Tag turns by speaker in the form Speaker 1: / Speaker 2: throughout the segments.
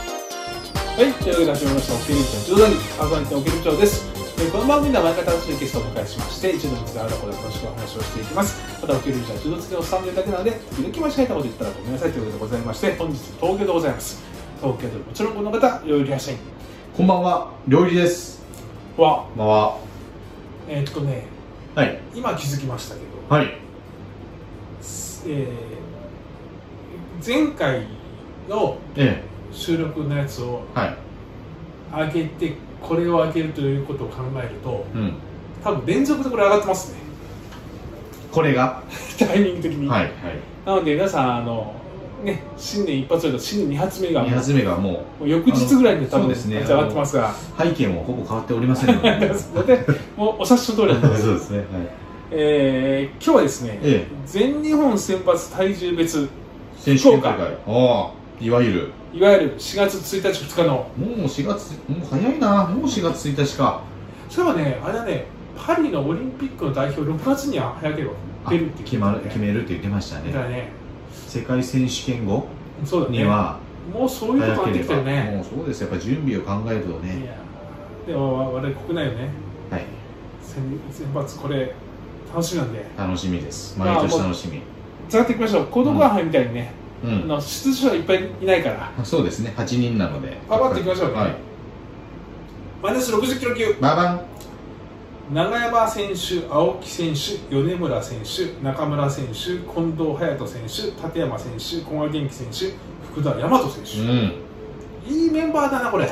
Speaker 1: はい、というわけで始まりました、オケリーチの中段に、アルバイトのオケリー長です。えーこの番組では毎回楽しいゲストをお迎えしまして、一度についてあることで楽しくお話をしていきます。また、オケリーチは中道付けを挟んでるだけなので、時々間違えたこと言ったらごめんなさいということでございまして、本日東京でございます。東京でもちろんこの方、料理屋社員
Speaker 2: こんばんは、料理です。
Speaker 1: は、
Speaker 2: こんばんは。
Speaker 1: えーっとね、
Speaker 2: はい。
Speaker 1: 今気づきましたけど、
Speaker 2: はい。
Speaker 1: えー前回の
Speaker 2: え
Speaker 1: 収録のやつを
Speaker 2: え。はい。
Speaker 1: 上げて、これを上げるということを考えると、
Speaker 2: うん。
Speaker 1: 多分連続でこれ上がってますね、
Speaker 2: これが。
Speaker 1: タイミング的に。
Speaker 2: はい。はい。
Speaker 1: なので皆さんあの、ね、新年一発目と新年二発目が
Speaker 2: 二発目がも
Speaker 1: もう翌日ぐらいに多
Speaker 2: あのそう
Speaker 1: 分
Speaker 2: ですね
Speaker 1: 立ち上がってますが、
Speaker 2: う、背景もほぼ変わっておりませんので。
Speaker 1: ですのでもうお察しの通りなんです
Speaker 2: そうですね。 はい。
Speaker 1: えー、今日はですね、
Speaker 2: え
Speaker 1: 全日本選抜体重別
Speaker 2: 選手権大会。ああ。いわゆる。
Speaker 1: いわゆる4月1日2日の
Speaker 2: もう4月、もう早いな。もう4月1日か。
Speaker 1: それはねあれだねパリのオリンピックの代表6月には早ければ
Speaker 2: あ
Speaker 1: 出るって
Speaker 2: 決
Speaker 1: 言
Speaker 2: ま
Speaker 1: っ
Speaker 2: る、
Speaker 1: てた
Speaker 2: 決
Speaker 1: ね
Speaker 2: めるって言ってました
Speaker 1: だか
Speaker 2: ね。
Speaker 1: らね
Speaker 2: 世界選手権後
Speaker 1: そうだ
Speaker 2: に
Speaker 1: ね
Speaker 2: は、
Speaker 1: もうそういうこと
Speaker 2: 早
Speaker 1: にな
Speaker 2: け
Speaker 1: って
Speaker 2: れ
Speaker 1: きた
Speaker 2: ば。
Speaker 1: よね
Speaker 2: もうそうです。やっぱ準備を考えると
Speaker 1: い
Speaker 2: ね。
Speaker 1: やでも我々国内のね
Speaker 2: はい。
Speaker 1: 選選抜これ楽しみなんで
Speaker 2: 楽しみです。
Speaker 1: まあ
Speaker 2: 毎年楽しみ。
Speaker 1: 使っていきましょう子供はみたいにね、
Speaker 2: う
Speaker 1: あ
Speaker 2: ん。
Speaker 1: の出場者いっぱいいないから、
Speaker 2: そうですね。8人なので。
Speaker 1: 頑張っていきましょうね
Speaker 2: はい。
Speaker 1: マイナス60キロ級、
Speaker 2: ババン。
Speaker 1: 長山選手、青木選手、米村選手、中村選手、近藤隼人選手、立山選手、古賀元気選手、福田大和選
Speaker 2: う
Speaker 1: 手、
Speaker 2: ん、
Speaker 1: いいメンバーだな、これ、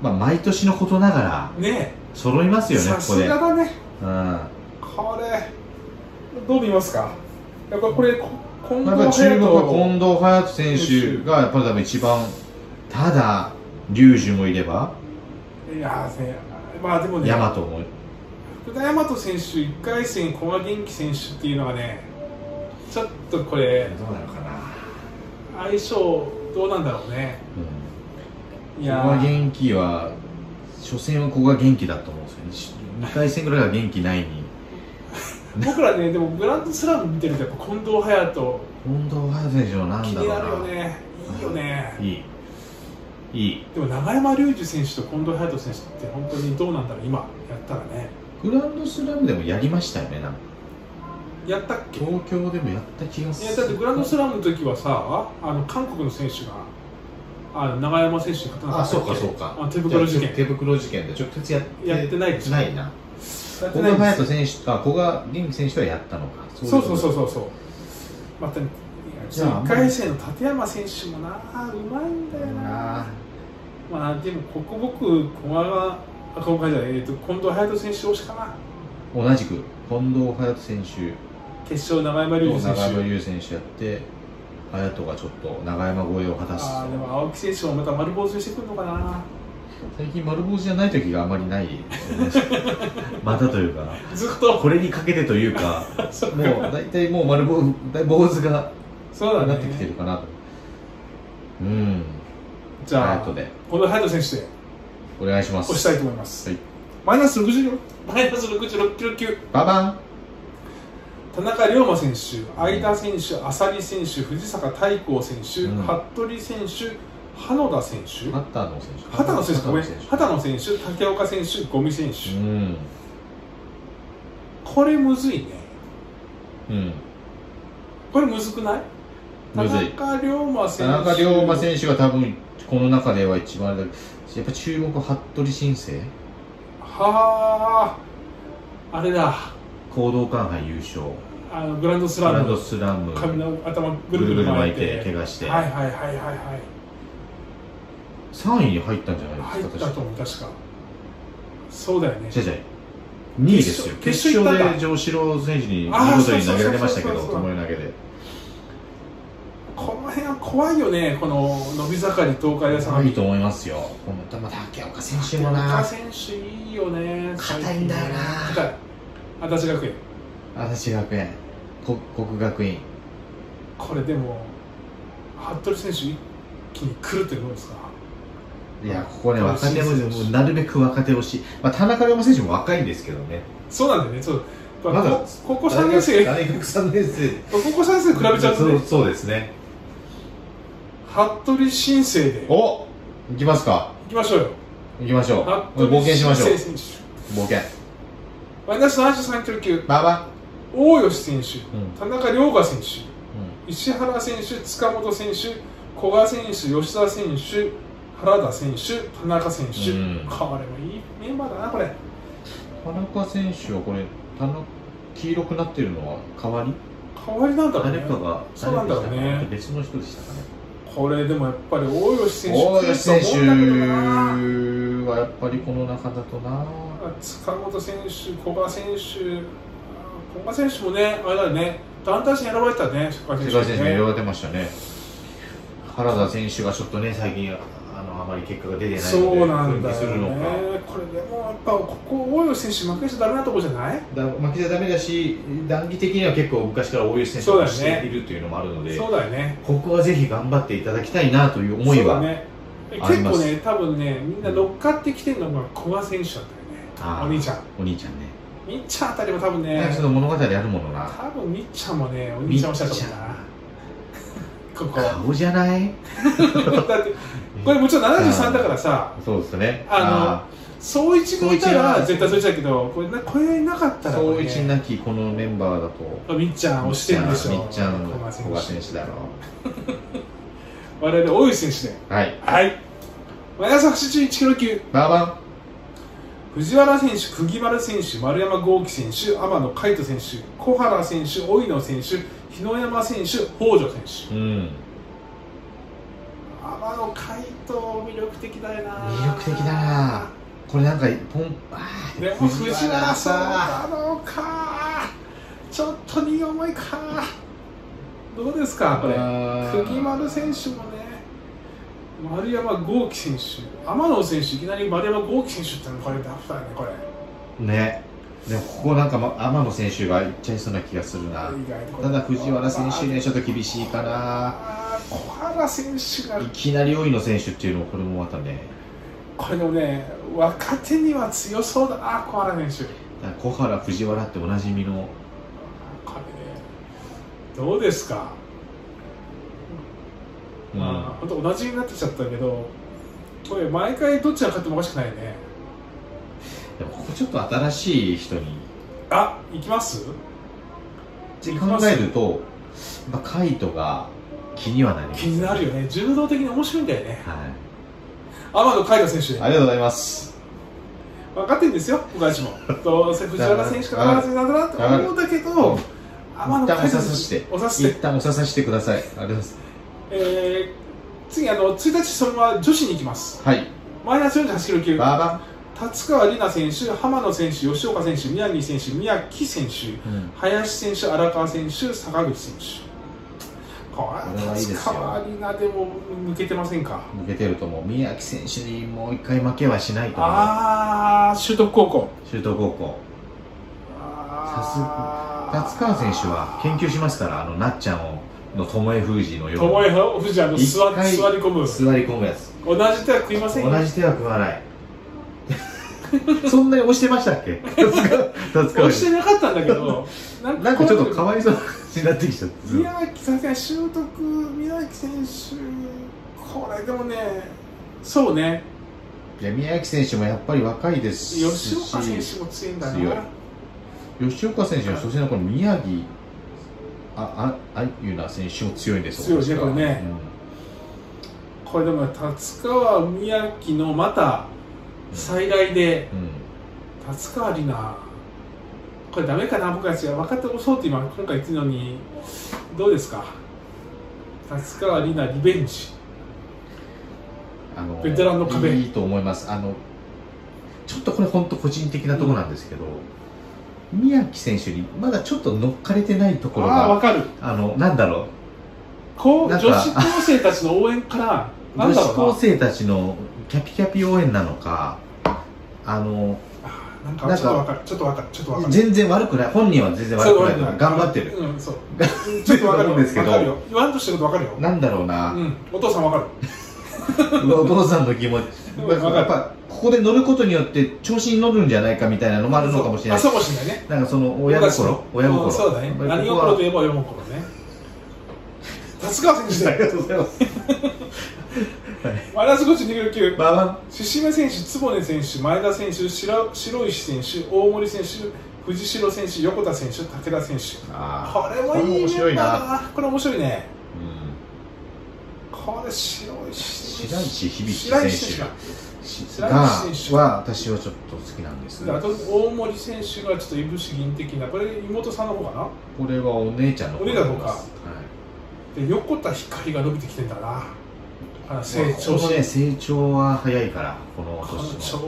Speaker 2: まあ、毎年のことながら
Speaker 1: ね
Speaker 2: 揃います
Speaker 1: え、
Speaker 2: よね、
Speaker 1: さ
Speaker 2: ここ
Speaker 1: す
Speaker 2: で。
Speaker 1: がだね、
Speaker 2: うん、ま
Speaker 1: これ、どう見ますか、やっぱこれ、こ近
Speaker 2: あやっぱ
Speaker 1: 藤
Speaker 2: り中
Speaker 1: 隼
Speaker 2: 国
Speaker 1: 人
Speaker 2: は近藤隼人選手がやっぱり多分一番、ただ、龍樹もいれば、
Speaker 1: いやーね、まあでもね、
Speaker 2: 大和も、
Speaker 1: 福田大和選手、1回戦、古賀元気選手っていうのがね、ちょっとこれ、
Speaker 2: うなのかな、
Speaker 1: 相性どうなんだろうね
Speaker 2: うん、
Speaker 1: い
Speaker 2: 古
Speaker 1: や
Speaker 2: 賀
Speaker 1: ー
Speaker 2: 元気は、初戦は古賀元気だと思うんですよね、2回戦ぐらいが元気ないに、
Speaker 1: 僕らねでもグランドスラム見てるとやっぱ近藤隼人
Speaker 2: 近藤隼人選手はな
Speaker 1: 気
Speaker 2: んだ
Speaker 1: に
Speaker 2: ろう
Speaker 1: なるよ
Speaker 2: な、
Speaker 1: ねいいよね
Speaker 2: いい、いい、
Speaker 1: でも長山隆二選手と近藤隼人選手って本当にどうなんだろう今やったらね
Speaker 2: グランドスラムでもやりましたよね、なんか
Speaker 1: やったっけ
Speaker 2: 東京でもやった気がす
Speaker 1: い
Speaker 2: る。
Speaker 1: やだってグランドスラムの時はさあの韓国の選手があの長山選手に勝たなか
Speaker 2: あ、
Speaker 1: った
Speaker 2: そ
Speaker 1: っ
Speaker 2: う
Speaker 1: け
Speaker 2: かそうか。
Speaker 1: あ手袋事件
Speaker 2: 手袋事件で直接やっ
Speaker 1: やってないでしょ
Speaker 2: ないな。
Speaker 1: やって
Speaker 2: 古
Speaker 1: ない
Speaker 2: 賀
Speaker 1: んです
Speaker 2: 隼人選手とか古賀元気選手とはやったのか。
Speaker 1: そうそうそうう
Speaker 2: いこ
Speaker 1: そうそうまた、ね、
Speaker 2: じゃあ
Speaker 1: 1回戦の立山選手もなうまいんだよ
Speaker 2: とだ
Speaker 1: な
Speaker 2: な。
Speaker 1: まあでもここ僕古賀があ今回じゃないえっ、と近藤隼人選手推しかな
Speaker 2: 同じく近藤隼人選
Speaker 1: 決勝長山
Speaker 2: 手
Speaker 1: 龍
Speaker 2: と
Speaker 1: 二選手
Speaker 2: 長山優選手やって、隼人がちょっと長山越えを果たす
Speaker 1: あーでも青木選手もまた丸坊主にしてくるのかな
Speaker 2: 最近丸坊主じゃない時があまりないですよね またというか
Speaker 1: ずっと
Speaker 2: これにかけてというか
Speaker 1: そ
Speaker 2: もう大体もう丸坊大坊主が
Speaker 1: そうだね
Speaker 2: なってきてるかなとうん
Speaker 1: じゃあ
Speaker 2: 隼人で
Speaker 1: 近藤隼人選手で
Speaker 2: お願いします
Speaker 1: 推したいと思います、
Speaker 2: はい
Speaker 1: マイナス60マイナス66キロ級
Speaker 2: ババン
Speaker 1: 田中龍馬選手、相田選手、浅利選手、藤坂大光選手、
Speaker 2: うん
Speaker 1: 服部選手、羽野田選手、
Speaker 2: ハッターの選手
Speaker 1: 畑野選手、ごめん、
Speaker 2: 野
Speaker 1: 畑野選手、竹岡選手、五味選手、
Speaker 2: うん
Speaker 1: これむずいね、
Speaker 2: うん
Speaker 1: これむずくない田
Speaker 2: むずい
Speaker 1: 中龍馬選
Speaker 2: 田
Speaker 1: 手、
Speaker 2: 中龍馬選手が多分この中では一番あれだやっぱ注目は服部新星
Speaker 1: はあ、あれだ、
Speaker 2: 行動館杯優勝
Speaker 1: あのグランドス
Speaker 2: グラ
Speaker 1: ラ
Speaker 2: ンド
Speaker 1: ム、
Speaker 2: スラム
Speaker 1: 髪の頭ぐ
Speaker 2: ぐ
Speaker 1: るぐ
Speaker 2: るぐ
Speaker 1: る
Speaker 2: る
Speaker 1: 巻
Speaker 2: 巻
Speaker 1: い
Speaker 2: い
Speaker 1: て、
Speaker 2: て怪我して
Speaker 1: はいはいはいはいはい。
Speaker 2: 3位に入ったんじゃない
Speaker 1: 入
Speaker 2: で
Speaker 1: っ
Speaker 2: すか
Speaker 1: たと思う、確か。そうだよね
Speaker 2: じ。ゃじゃ2位ですよ
Speaker 1: 決
Speaker 2: 決
Speaker 1: 勝決勝行ったんだ
Speaker 2: 勝で城志郎選手に見
Speaker 1: あー
Speaker 2: 事に投げられましたけど
Speaker 1: そうそうそうそう
Speaker 2: ともえ投げで
Speaker 1: この辺は怖いよね、この伸び盛り、東海大相模。
Speaker 2: いいと思いますよこのまた竹岡選手も
Speaker 1: 田
Speaker 2: な
Speaker 1: 中選手いいよね
Speaker 2: 硬いんだよな
Speaker 1: 硬い足立学園
Speaker 2: 足立学園こ国学院
Speaker 1: これでも服部選手一気に来るってどうですか
Speaker 2: いや、ここね、
Speaker 1: 楽しい
Speaker 2: 若手も、
Speaker 1: 選手
Speaker 2: もうなるべく若手推し、まあ、田中龍馬選手も若いんですけどね、
Speaker 1: そうなんだよねそう
Speaker 2: まだ
Speaker 1: こ高校3年生
Speaker 2: 大学3年生、
Speaker 1: 高校3年生比べちゃうと
Speaker 2: そう
Speaker 1: ね
Speaker 2: そうですね、
Speaker 1: 服部新生で
Speaker 2: おいきますか、
Speaker 1: いきましょうよ
Speaker 2: 行きましょう。冒険しましょう。冒険。
Speaker 1: マイナス73キロ級
Speaker 2: ババ
Speaker 1: 大吉選手、
Speaker 2: うん
Speaker 1: 田中涼河選手
Speaker 2: う
Speaker 1: 石原選手、塚本選手、古賀選手、吉田選手、原田選手、田中選手、
Speaker 2: うん
Speaker 1: これもいいメンバーだな、これ。
Speaker 2: 田中選手はこれ、田中黄色くなってるのは代わり
Speaker 1: 変わりなんだろう
Speaker 2: 誰
Speaker 1: ね
Speaker 2: か。が
Speaker 1: そうなんだろうね
Speaker 2: 誰かでしたか別の人でしたかね
Speaker 1: これでもやっぱり大吉選手、
Speaker 2: 大吉選
Speaker 1: 来ると思うんだけどな
Speaker 2: 手はやっぱりこの中だとな
Speaker 1: 塚本選手、古賀選手、古賀選手もね、あれだね、団体戦選ばれてたね、世界
Speaker 2: 世
Speaker 1: 選
Speaker 2: 界
Speaker 1: 手
Speaker 2: 選手
Speaker 1: ね
Speaker 2: に呼ばれてましたね原田選手がちょっとね最近あのあまり結果が出てないので
Speaker 1: そうなんだ
Speaker 2: 復帰す
Speaker 1: よ
Speaker 2: るのか
Speaker 1: ね。これでもやっぱここ大吉選手負けちゃダメなとこじゃない？
Speaker 2: だ負けちゃダメだし談義的には結構昔から大吉選手
Speaker 1: そうだ
Speaker 2: が
Speaker 1: よね
Speaker 2: しているというのもあるので、
Speaker 1: そうだよね。
Speaker 2: ここはぜひ頑張っていただきたいなという思い
Speaker 1: そう
Speaker 2: は、
Speaker 1: だね、
Speaker 2: あり
Speaker 1: 結
Speaker 2: ま
Speaker 1: 構
Speaker 2: す
Speaker 1: ね、多分ね、みんな乗っかってきてるのが古賀選手だったよね、
Speaker 2: あー
Speaker 1: お兄ちゃん。
Speaker 2: お兄ちゃんね、
Speaker 1: みっちゃんあたりも多分
Speaker 2: なん
Speaker 1: ね
Speaker 2: かちょっ、と物語あるものな
Speaker 1: 多分みっちゃんもね、お兄ちゃんもしたと思うな。ここ。
Speaker 2: 顔じゃない
Speaker 1: だって、これもちろん73だからさ、
Speaker 2: そうですね
Speaker 1: あの
Speaker 2: あ
Speaker 1: 総一もいたら
Speaker 2: 宗一は
Speaker 1: 絶対それだけど、これなこれなかったら、ね、
Speaker 2: 総一なきこのメンバーだと
Speaker 1: みっちゃん押してるでしょ。
Speaker 2: みっちゃん
Speaker 1: 古賀
Speaker 2: 古賀
Speaker 1: 選
Speaker 2: 選
Speaker 1: 手。
Speaker 2: 手だろ
Speaker 1: 我々、大吉選手で。
Speaker 2: うはい
Speaker 1: はい。マイナス81キロ級。
Speaker 2: バーバン
Speaker 1: 藤原選手、釘丸選手、丸山豪樹選手、天野海斗選手、小原選手、老野選手、日野山選手、北条選手。
Speaker 2: うん
Speaker 1: 天野海斗、魅力的だよな。
Speaker 2: 魅力的だなこれなんかポンあー
Speaker 1: でも藤
Speaker 2: 藤
Speaker 1: 原
Speaker 2: 原
Speaker 1: さん
Speaker 2: さ
Speaker 1: なのか。ちょっと荷重いか。どうですか、これ。
Speaker 2: あー
Speaker 1: 釘丸選手もね。丸山豪樹選手、天野選手、いきなり丸山豪樹選手ってのがこれダフだね、これ。
Speaker 2: ねでもここなんかま天野選手がいっちゃいそうな気がするな
Speaker 1: 意外とこれ
Speaker 2: ただ藤原選手ねちょっと厳しいかな
Speaker 1: あー小原選手が
Speaker 2: いきなり多いの選手っていうのもこれもまたね
Speaker 1: これでもね若手には強そうだな小原選手
Speaker 2: なんか小原藤原っておなじみの
Speaker 1: これねどうですか、
Speaker 2: うん
Speaker 1: まあ本当同じになってきちゃったけどこれ毎回どっちが勝ってもおかしくないね
Speaker 2: でもここちょっと新しい人に
Speaker 1: あ行きます
Speaker 2: で考えると、まあ、カイトが気にはなります
Speaker 1: 気になるよね柔道的に面白いんだよね
Speaker 2: はい、
Speaker 1: 天野海斗選手
Speaker 2: ありがとうございます
Speaker 1: 分かってるんですよ僕たちもどうせ藤原選手か小原選手なんだなって思うんだけ
Speaker 2: うん
Speaker 1: ど天野
Speaker 2: 一
Speaker 1: 海
Speaker 2: 旦お
Speaker 1: 斗
Speaker 2: さ
Speaker 1: 選
Speaker 2: さして
Speaker 1: 手おさ
Speaker 2: 一
Speaker 1: して
Speaker 2: 旦おささしてくださいありがとうございます
Speaker 1: えー次あの1日そのまま女子に行きます
Speaker 2: はい
Speaker 1: マイナス48キロ級、
Speaker 2: バーバ
Speaker 1: 達川里奈選手、浜野選手、吉岡選手、宮城選手、宮城選手、
Speaker 2: ン、うん、
Speaker 1: 林選手、荒川選手、坂口選手。こ
Speaker 2: こ
Speaker 1: れ
Speaker 2: れ
Speaker 1: は
Speaker 2: はいいです
Speaker 1: 達
Speaker 2: よ
Speaker 1: 川里奈でも抜けてませんか。
Speaker 2: 抜けてると思う宮城選手にもう一回負けはしないと思う
Speaker 1: ああ、修徳高校。
Speaker 2: 周東高校
Speaker 1: あー
Speaker 2: 達川選手は研究しますからあのなっちゃんをの巴封じのよ
Speaker 1: 巴
Speaker 2: うに
Speaker 1: の富士あの
Speaker 2: 一
Speaker 1: 座
Speaker 2: 回
Speaker 1: 座り込む
Speaker 2: 座り込むやつ
Speaker 1: 同じ手は食いませんよ
Speaker 2: 同じ手は組まない そんなに押してましたっ け達川達川
Speaker 1: 押し
Speaker 2: 選
Speaker 1: てなかったんだけど
Speaker 2: 手なんかちょっと
Speaker 1: か
Speaker 2: かわいそうになってきちゃって
Speaker 1: 宮城さんが習得宮城選手これでもねそうね
Speaker 2: いや宮城選手もやっぱり若いですし
Speaker 1: 吉岡選手も強いんだな
Speaker 2: 強い吉岡選手の初戦のこの宮城あああいうな選手も強いんです
Speaker 1: 強いね
Speaker 2: 確か
Speaker 1: これねこれでも達川宮城のまた再来で
Speaker 2: うんうん
Speaker 1: 達川里奈これダメかな僕たちが分かって押そうって今今回言ってるのにどうですか達川里奈リベンジ
Speaker 2: あの
Speaker 1: ベテランの壁
Speaker 2: いいと思いますあのちょっとこれ本当個人的なところなんですけど、宮城選手にまだちょっと乗っかれてないところ
Speaker 1: ああ
Speaker 2: が
Speaker 1: 分かる
Speaker 2: あのなんだろ
Speaker 1: こう
Speaker 2: な
Speaker 1: 女
Speaker 2: ん
Speaker 1: 子
Speaker 2: か
Speaker 1: 高生たちの応援 から
Speaker 2: う
Speaker 1: なん
Speaker 2: 女
Speaker 1: だ
Speaker 2: 子
Speaker 1: ろう
Speaker 2: 高
Speaker 1: な
Speaker 2: 生たちのキャピキャピ応援なのかあの
Speaker 1: あーなんかちょっと分かるちょっと分かるちょっと分かる
Speaker 2: 全然悪くない本人は全然悪くないから頑張ってる
Speaker 1: うん、そう。
Speaker 2: 頑
Speaker 1: ちょっ とわかる
Speaker 2: んですけ
Speaker 1: わかるよ
Speaker 2: ど。
Speaker 1: 言わんとしてることわかるよ。
Speaker 2: なんだろうな、
Speaker 1: うん、お父さんわかる。
Speaker 2: お父さんの気持ち
Speaker 1: うん
Speaker 2: やっ
Speaker 1: わかる
Speaker 2: ぱここで乗ることによって調子に乗るんじゃないかみたいなのもあるのかもしれない
Speaker 1: あ、そうかもしれないね。
Speaker 2: なんかその親心親
Speaker 1: うん
Speaker 2: 心
Speaker 1: そうだね。
Speaker 2: やっぱり
Speaker 1: 何
Speaker 2: こ
Speaker 1: 心
Speaker 2: こと
Speaker 1: いえば親心ね。達川選 手
Speaker 2: あり
Speaker 1: で、
Speaker 2: がとうございます。
Speaker 1: マイナス52キロ級、
Speaker 2: ババ
Speaker 1: 獅子目選手、坪根選手、前田選手、白白石選手、大森選手、藤代選手、横田選手、武田選手、
Speaker 2: ン。あ
Speaker 1: これもいい
Speaker 2: 面白い
Speaker 1: メンバー
Speaker 2: な。
Speaker 1: だな。これ面白いね。
Speaker 2: うん。
Speaker 1: これ白いし。
Speaker 2: 白石響
Speaker 1: 白
Speaker 2: 選
Speaker 1: 石選手
Speaker 2: 手
Speaker 1: が
Speaker 2: が。
Speaker 1: 白石選手
Speaker 2: は私はちょっと好きなんです。
Speaker 1: であと大森選手がちょっといぶし銀的な、これ妹さんの方か
Speaker 2: これはお姉ちゃんの
Speaker 1: お姉ちゃんの方か
Speaker 2: はい。
Speaker 1: な。で横田光が伸びてきてんだな。あの成
Speaker 2: ま
Speaker 1: 長
Speaker 2: あこのね
Speaker 1: し、
Speaker 2: 成長は早いからこの
Speaker 1: この
Speaker 2: 年の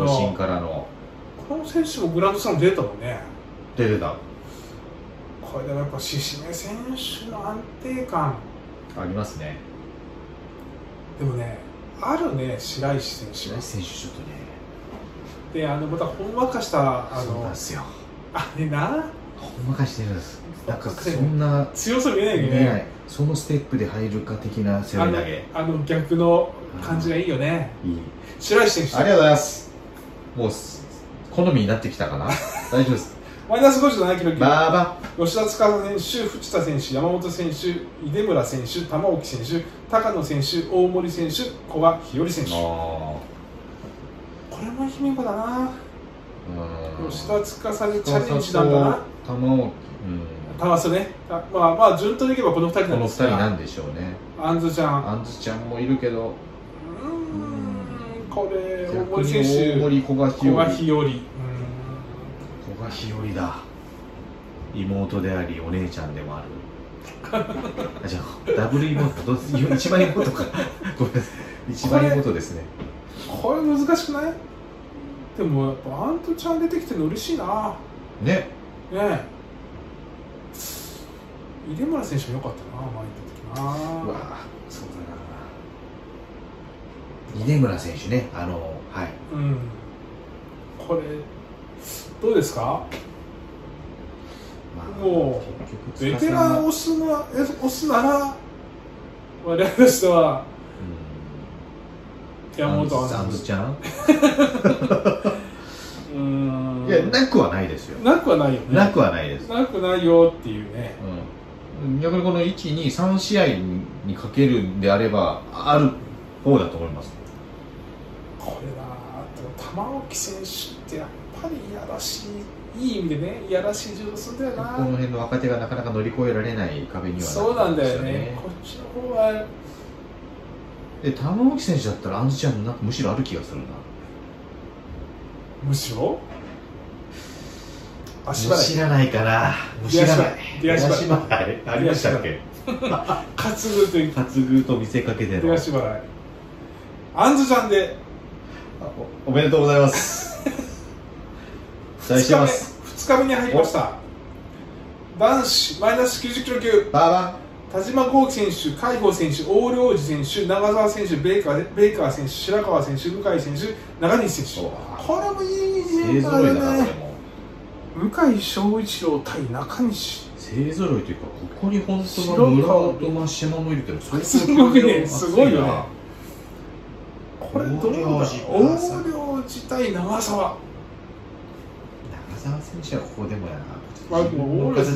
Speaker 1: 長身
Speaker 2: 長身
Speaker 1: の。
Speaker 2: からの
Speaker 1: この選手もグランドスラム出たもんね。
Speaker 2: 出てたあ
Speaker 1: これでもやっぱ獅子目選手の安定感。
Speaker 2: りますね。
Speaker 1: でもね、あるね、白石選手
Speaker 2: 白
Speaker 1: は
Speaker 2: 石。選手ちょっとね。
Speaker 1: で、あのまたほんわかした、あ
Speaker 2: そうなん
Speaker 1: の
Speaker 2: で、すよ。
Speaker 1: あれな、
Speaker 2: ほんまかしてるんです。なんか
Speaker 1: そう
Speaker 2: そんな
Speaker 1: 強そうに見えないけどね。
Speaker 2: ねそのステップで入るか的な背負い投げ。
Speaker 1: あの逆の感じがいいよね。
Speaker 2: いい。
Speaker 1: 白石
Speaker 2: あ
Speaker 1: 選
Speaker 2: り
Speaker 1: 手、
Speaker 2: がとうございます。もうす、好みになってき たかな大丈夫です。
Speaker 1: マイナス57キロ級、
Speaker 2: バーバ
Speaker 1: 吉田司選手、藤田選手、山本選手、出村選手、玉置選手、高野選手、大森選手、古賀日和選手、こ
Speaker 2: あ
Speaker 1: れも姫子だな、
Speaker 2: ーうん
Speaker 1: 吉田司にチャレンジなんだな、
Speaker 2: 玉置、うん。
Speaker 1: たわすね、あまあまあ、順当にいけばこの2人
Speaker 2: こ
Speaker 1: なん
Speaker 2: の
Speaker 1: で
Speaker 2: 二
Speaker 1: す
Speaker 2: 人
Speaker 1: が、
Speaker 2: なんでしょうね。
Speaker 1: あんずちゃん、う
Speaker 2: あんずちゃんもいるけど、
Speaker 1: ーん、これ、大
Speaker 2: 逆
Speaker 1: 森
Speaker 2: に
Speaker 1: 選
Speaker 2: 大
Speaker 1: 手、
Speaker 2: 森古賀日
Speaker 1: 古
Speaker 2: 和。
Speaker 1: 賀
Speaker 2: 古
Speaker 1: 日和、うーん
Speaker 2: 賀日和だ。妹であり、お姉ちゃんでもある。 あじゃあ、ダブル妹、どうせ一番妹か。 ごめんなさい。一番妹ですね。
Speaker 1: これ難しくないでもやっぱアントちゃん出てきてるの嬉しいな
Speaker 2: ね。
Speaker 1: ねえ入村選手も良かったな前
Speaker 2: う
Speaker 1: の時な
Speaker 2: わそうだな稲村選手ねあのはい
Speaker 1: うんこれどうですか
Speaker 2: まあ
Speaker 1: も
Speaker 2: 結
Speaker 1: ベ
Speaker 2: 局
Speaker 1: テ
Speaker 2: 塚
Speaker 1: ラ
Speaker 2: さん
Speaker 1: ン
Speaker 2: は
Speaker 1: を押すなえ押すなら我々としては
Speaker 2: うん
Speaker 1: 山本
Speaker 2: サ
Speaker 1: ア
Speaker 2: ン
Speaker 1: ン
Speaker 2: ズ
Speaker 1: ズ
Speaker 2: ちゃん
Speaker 1: うーん
Speaker 2: いやなくはないですよ
Speaker 1: なくはないよね
Speaker 2: なくはないです
Speaker 1: なくないよっていうね
Speaker 2: うん逆にこの123試合にかけるんであればある方だと思います
Speaker 1: これなでも玉置選手ってやっぱりいやらしいいい意味でねいやらしい柔道するんだよ
Speaker 2: こ
Speaker 1: な
Speaker 2: の辺の若手がなかなか乗り越えられない壁には
Speaker 1: そうなんだよね
Speaker 2: なってま
Speaker 1: こっちの方は
Speaker 2: すよねで玉置選手だったらアンズちゃんなんかむしろある気がするな
Speaker 1: むしろ足
Speaker 2: むし
Speaker 1: 払い
Speaker 2: らないかなむし
Speaker 1: 出
Speaker 2: ら
Speaker 1: 足
Speaker 2: ない
Speaker 1: 払い出足払い
Speaker 2: 払いありましたっけ
Speaker 1: 担ぐという
Speaker 2: 担ぐと見せかけて
Speaker 1: 出
Speaker 2: の
Speaker 1: 足払いあんずちゃんで
Speaker 2: あおおめでとうございます 期待し
Speaker 1: 2日
Speaker 2: て
Speaker 1: 目
Speaker 2: ます
Speaker 1: 2日目に入りました男子マイナス90キロ級
Speaker 2: バーバ
Speaker 1: 田島幸輝選手、海郷選手、大領事選手、長澤選手、ベイカーベイカー選手、白川選手、向井選手、長西選手、
Speaker 2: うわ
Speaker 1: これもいい
Speaker 2: 勢
Speaker 1: ね
Speaker 2: ぞろいだなこれも
Speaker 1: 向井翔一郎対中西
Speaker 2: 勢ぞろいというかここに本当
Speaker 1: 白
Speaker 2: は
Speaker 1: い
Speaker 2: 村尾と真島もいるけどそれ
Speaker 1: すごいねすごいよねこれどうだ
Speaker 2: 大領事
Speaker 1: 大領事対長澤
Speaker 2: 長澤選手はここでもやな
Speaker 1: まあでも大領事